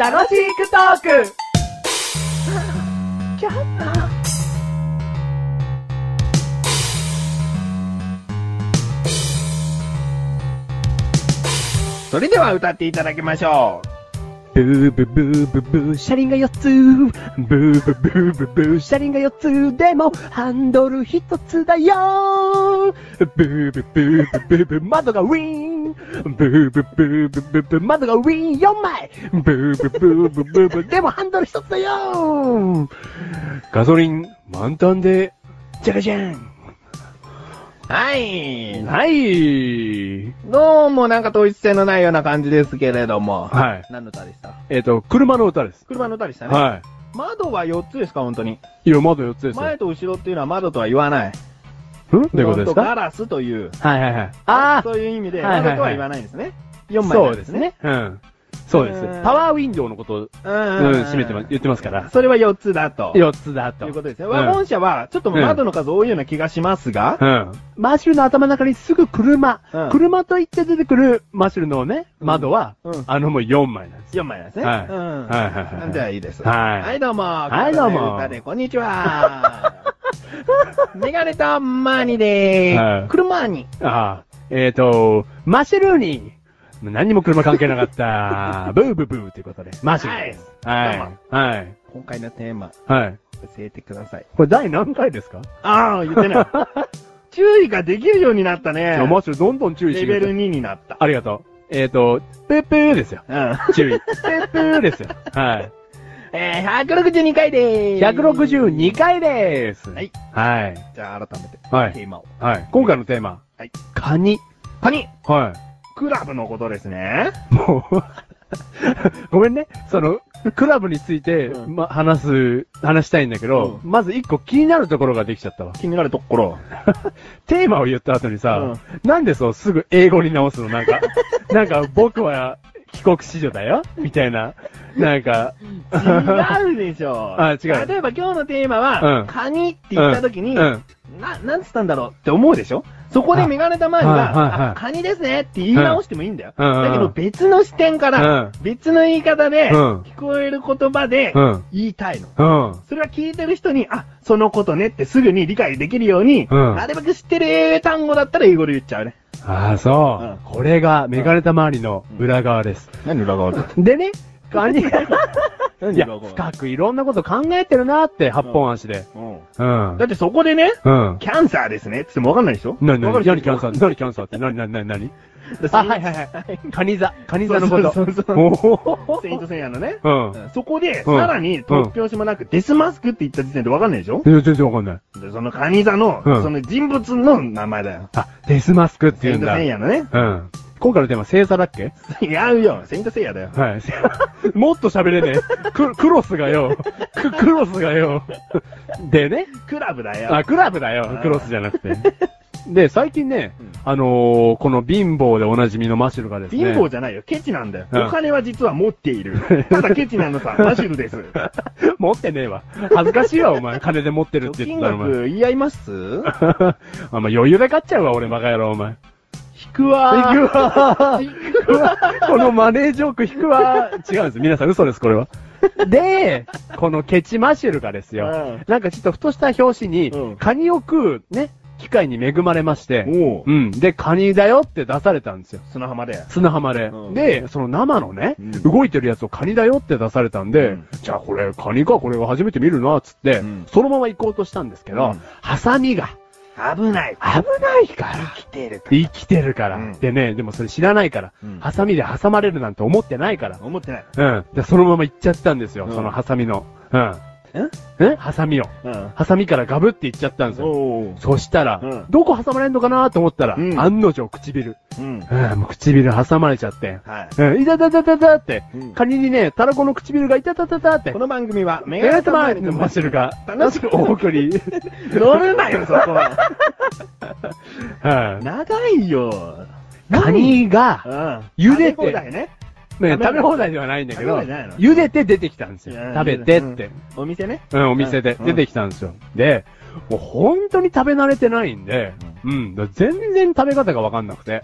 楽しくトークそれでは歌っていただきましょう。ブーブーブーブーブー、車輪が4つ。ブーブーブーブーブー、車輪が4つ。でも、ハンドル1つだよ。ブーブーブーブーブーブー、窓がウィーン。ブーブーブーブーブーブー、窓がウィーン4枚。ブーブーブーブーブーブー、でもハンドル1つだよ。ガソリン、満タンで、じゃがじゃん。はい。はい。どうもなんか統一性のないような感じですけれども。はい。何の歌でしたえっ、と、車の歌です。車の歌でしたね。は窓は4つですか、本当に。い。いや、窓4つですよ。前と後ろっていうのは窓とは言わない。んどういうことですフロントガかラスという。はいはいはい。ああそういう意味で、はいはいはい窓とは言わないんですね。4枚そなんうです。ね。うん。そうですうー。んパワーウィンドウのことを、うんうん、うんうん。締めてま、言ってますから。それは4つだと。 4つだと。ということですね。うんワゴン車は、ちょっと窓の数多いような気がしますが、うん。マッシュルの頭の中にすぐ車、うん車と言って出てくるマッシュルのね、うん窓は、うんあのもう4枚なんですよ。 4枚なんですね。はいうん。はいはいはいはいじゃあいいです。はいはい、どうも。はいどうカズもレーザーでこんにち は。メガネとマーニーではーいす。車ーニああ。えっ、ー、と、マッシュルに、何にも車関係なかった。ブーブーブーということで。マッシュルです。はい。どうはもい。ー。今回のテーマ、はい。教えてください。これ第何回ですか、ああ、言ってない。 注意ができるようになったいねや。マッシュルどんどん注意しレてくベれルて。 2になった。ありがとう。えっ、ー、と、ペーペーですよ。うん。注意。ペーペーですよ。はい。えー、162回でーす。 162。回でーす。はい。はい。じゃあ改めて、はいテーマを。はい。今回のテーマ。はい。カニ。カニはクラブのことですね。い。もう、 ごめんね。その、クラブについて、うんま、話す、話したいんだけど、まず一個気になるところができちゃったわ。気になるところ。テーマを言った後にさ、なんでそうすぐ英語に直す のなんか、なんか僕は帰国子女だよみたいな。なんか、違うでしょ。 あ違う例えば今日のテーマは、うんカニって言った時に、うん。な、なんつったんだろうって思うでしょそこでメガネた前にあはいはいはいは、あカニですねって言い直してもいいんだよ。うんうんだけど別の視点から、うん。別の言い方で、うん聞こえる言葉でうん。言いたいの。うん。それは聞いてる人に、あ、そのことねってすぐに理解できるように、うんなるべく知ってる英単語だったら英語で言っちゃうね。ああ、そう、うんこれがメガネた周りの裏側です。何裏側だでね、カニが、い何や、裏側深くいろんなこと考えてるなって、八本足で。うん。うん。うだんってそこでね、。何キャンサーですねって言ってもわかんないでしょ何わかるで何しょ何キャンサー何キャンサーって何何何何 あ、はいはいはい。 カニ座。カニ座のこと。そうそうそうおおセイントセイヤのね。うん。そこで、うんさらに、突拍子もなく、デスマスクって言った時点でわかんないでしょいや全然わかんない。で、そのカニ座の、うんその人物の名前だよ。あ、デスマスクってセイ言うンんトだ。うセイヤのね。 ん。今回のテーマ、星座だっけ違うよ、セイントセイヤだよ。はい。 もっと喋れねえ。ククロスがよ。ククロスがよ。でね。クラブだよあ、。クラブだあよー。クロスじゃなくて。で、最近ねうん、あのー、この貧乏でおなじみのマシュルがです貧ね。乏じゃないよ。ケチなんだよ。うんお金は実は持っている。ただケチなの さ、マシュルです。持ってねえわ。恥ずかしいわ、お前。金で持ってるって金言ってたら、お前。額言い合いますお前 余裕で買っちゃうわ、俺、バカ野郎、お前。引くわ引くわ引うわこのマネージョーク引くわ。違うんです。皆さん嘘です、これは。で、このケチマシュルがですくよ。わなんかちょっとふとした表紙うんに、カニを食う、ね、機会に恵まれまして、おううん。で、カニだよって出されたんですよ。砂浜で。砂浜で。うんで、その生のね、うん動いてるやつをカニだよって出されたんで、うんじゃあこれカニか、これは初めて見るな、つって、うんそのまま行こうとしたんですけど、うんハサミが危ない。危ないから。生きてる生きてるから、うんでね、でもそれ知らないから、うんハサミで挟まれるなんて思ってないから。思ってない。うん。で、そのまま行っちゃったんですよ、うんそのハサミの。うん。ええハサミを。うん。ハサミからガブって行っちゃったんですよ。おう。そしたら、うんどこ挟まれんのかなと思ったら、うん案の定唇。うん。うん、もう唇挟まれちゃって。はい。うん、いたたたたたって、うんカニにね、タラコの唇がいたたたたってこ、の番組は、メメガガネネととママーーニニののママシシュュルルがが、楽しくお送り。乗るなよ、そこは。はい長いよ。カニが、うん。茹でて食べ放題ね。ね、食べ放題ではないんだけど、食べ放題じゃないの茹でて出てきたんですよいや。食べてっうんて。お店ね。うん、お店でうん出てきたんですよ。で、もう本当に食べ慣れてないんで、うん、だから全然食べ方がわかんなくて。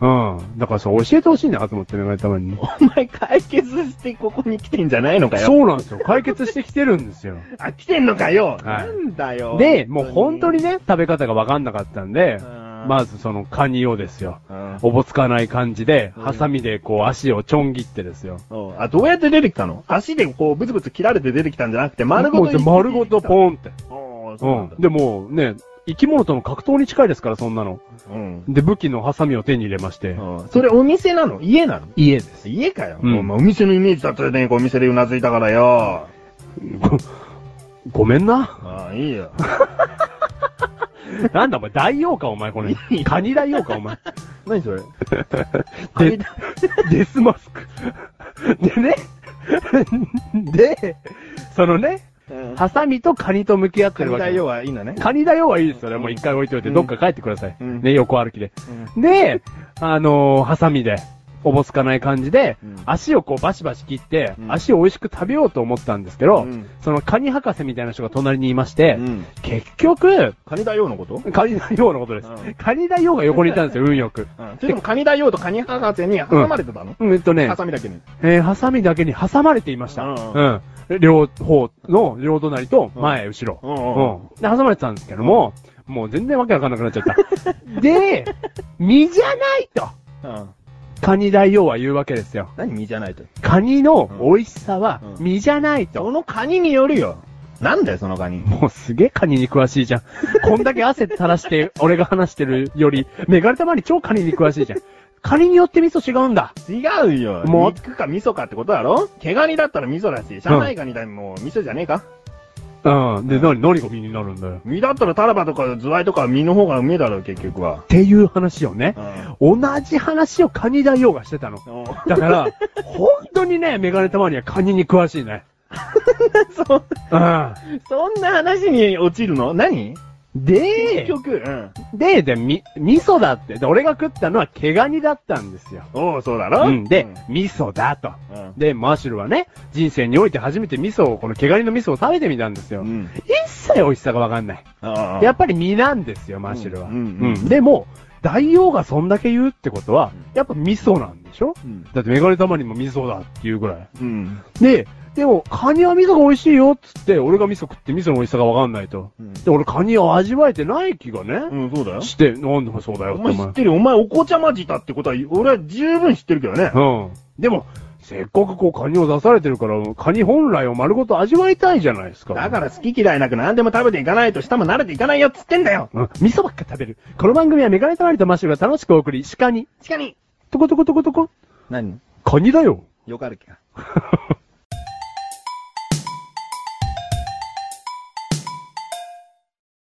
うん。だからさ、教えてほしいなと思って、メガネたまに。お前解決してここに来てんじゃないのかよ。そうなんですよ。解決してきてるんです よ。あ、来てんのかよ。はないんだよ。で、もう本当にね、食べ方がわかんなかったんで、うんまずそのカニをですよ。うん。おぼつかない感じで、うんハサミでこう足をちょん切ってですよ。おあ、どうやって出てきたの足でこう、ブツブツ切られて出てきたんじゃなくて、丸ごと。もう丸ごとポンって。ン。ああ、そううなんんだ。。で、もうね、生き物との格闘に近いですから、そんなの。うん。で、武器のハサミを手に入れまして。うんそれお店なの家なの家です。家かよ。うんお前お店のイメージだったじゃねえか、お店でうなずいたからよ。ご、ごめんな。ああ、いいよ。なんだお前、大王かお前、これ。カニ大王か お前。 何それで、デスマスク。でね。で、そのね、ハサミとカニと向き合ってるわけ。大王はいいんだね。カニだよはいいですよね。もう一回置いておいて、うんどっか帰ってください。うんね、横歩きで。うんで、あのーハサミで、おぼつかない感じで、うん足をこうバシバシ切って、うん足を美味しく食べようと思ったんですけど、うんそのカニ博士みたいな人が隣にいまして、うん結局、カニ大王のことカニだよのことです。うんカニだよが横にいたんですよ、運よく。うん。それでもカニ大王とカニ博士に挟まれてたのうんえっとねハ、サミだけに。えーハサミだけに挟まれていました。ううんん。両方の、両隣と前、後ろ。うん。うん。で、挟まれてたんですけども、もう全然わけわかんなくなっちゃった。で、身じゃないと、うん。カニ大王は言うわけですよ。何身じゃないと。カニの美味しさはうん、身じゃないと。そのカニによるよ。なんだよ、そのカニ。もうすげえカニに詳しいじゃん。こんだけ汗垂ら して、俺が話してるより、メガネたまに超カニに詳しいじゃん。カニによって味噌違うんだ。違うよ。もう肉か味噌かってことだろ毛ガニだったら味噌だし、上海ガニだもう味噌じゃねえかうん。で、何、何が身になるんだよ。っ身だったらタラバとかズワイとか身の方がうめえだろ、結局は。ていう話をねう、ん。同じ話をカニ大王がしてたの。だ から、本当にね、メガネたまにはカニに詳しい ね。そ、うん。 そんな話に落ちるの何で結、局、うん。で、で、み、味噌だって。で、俺が食ったのは毛ガニだったんですよ。おう、そうだろうん。で、味噌だと。うん。で、マーシュルはね、人生において初めて味噌を、この毛ガニの味噌を食べてみたんですよ。うん。一切美味しさがわかんない。あやっぱり身なんですよ、マーシュルは。うんうんでも、大王がそんだけ言うってことはう、やっぱ味噌なんでしょうん。だってメガネ玉にも味噌だっていうぐらい。うん。で、でも、カニは味噌が美味しいよっつって、俺が味噌食って味噌の美味しさがわかんないと。うんで、俺カニを味わえてない気がね。うん、そうだよ。して、なんでもそうだよおって前知ってるよ。お前お紅茶混じたってことは、俺は十分知ってるけどね。うん。でも、せっかくこうカニを出されてるから、カニ本来を丸ごと味わいたいじゃないですか。だから好き嫌いなく何でも食べていかないと舌も慣れていかないよっつってんだよら、うん、味噌ばっか食べる。この番組はメガネたまりとマッシュルが楽しくお送り、鹿に、確かにトコトコトコトコ、何カニだよ。よかる気か。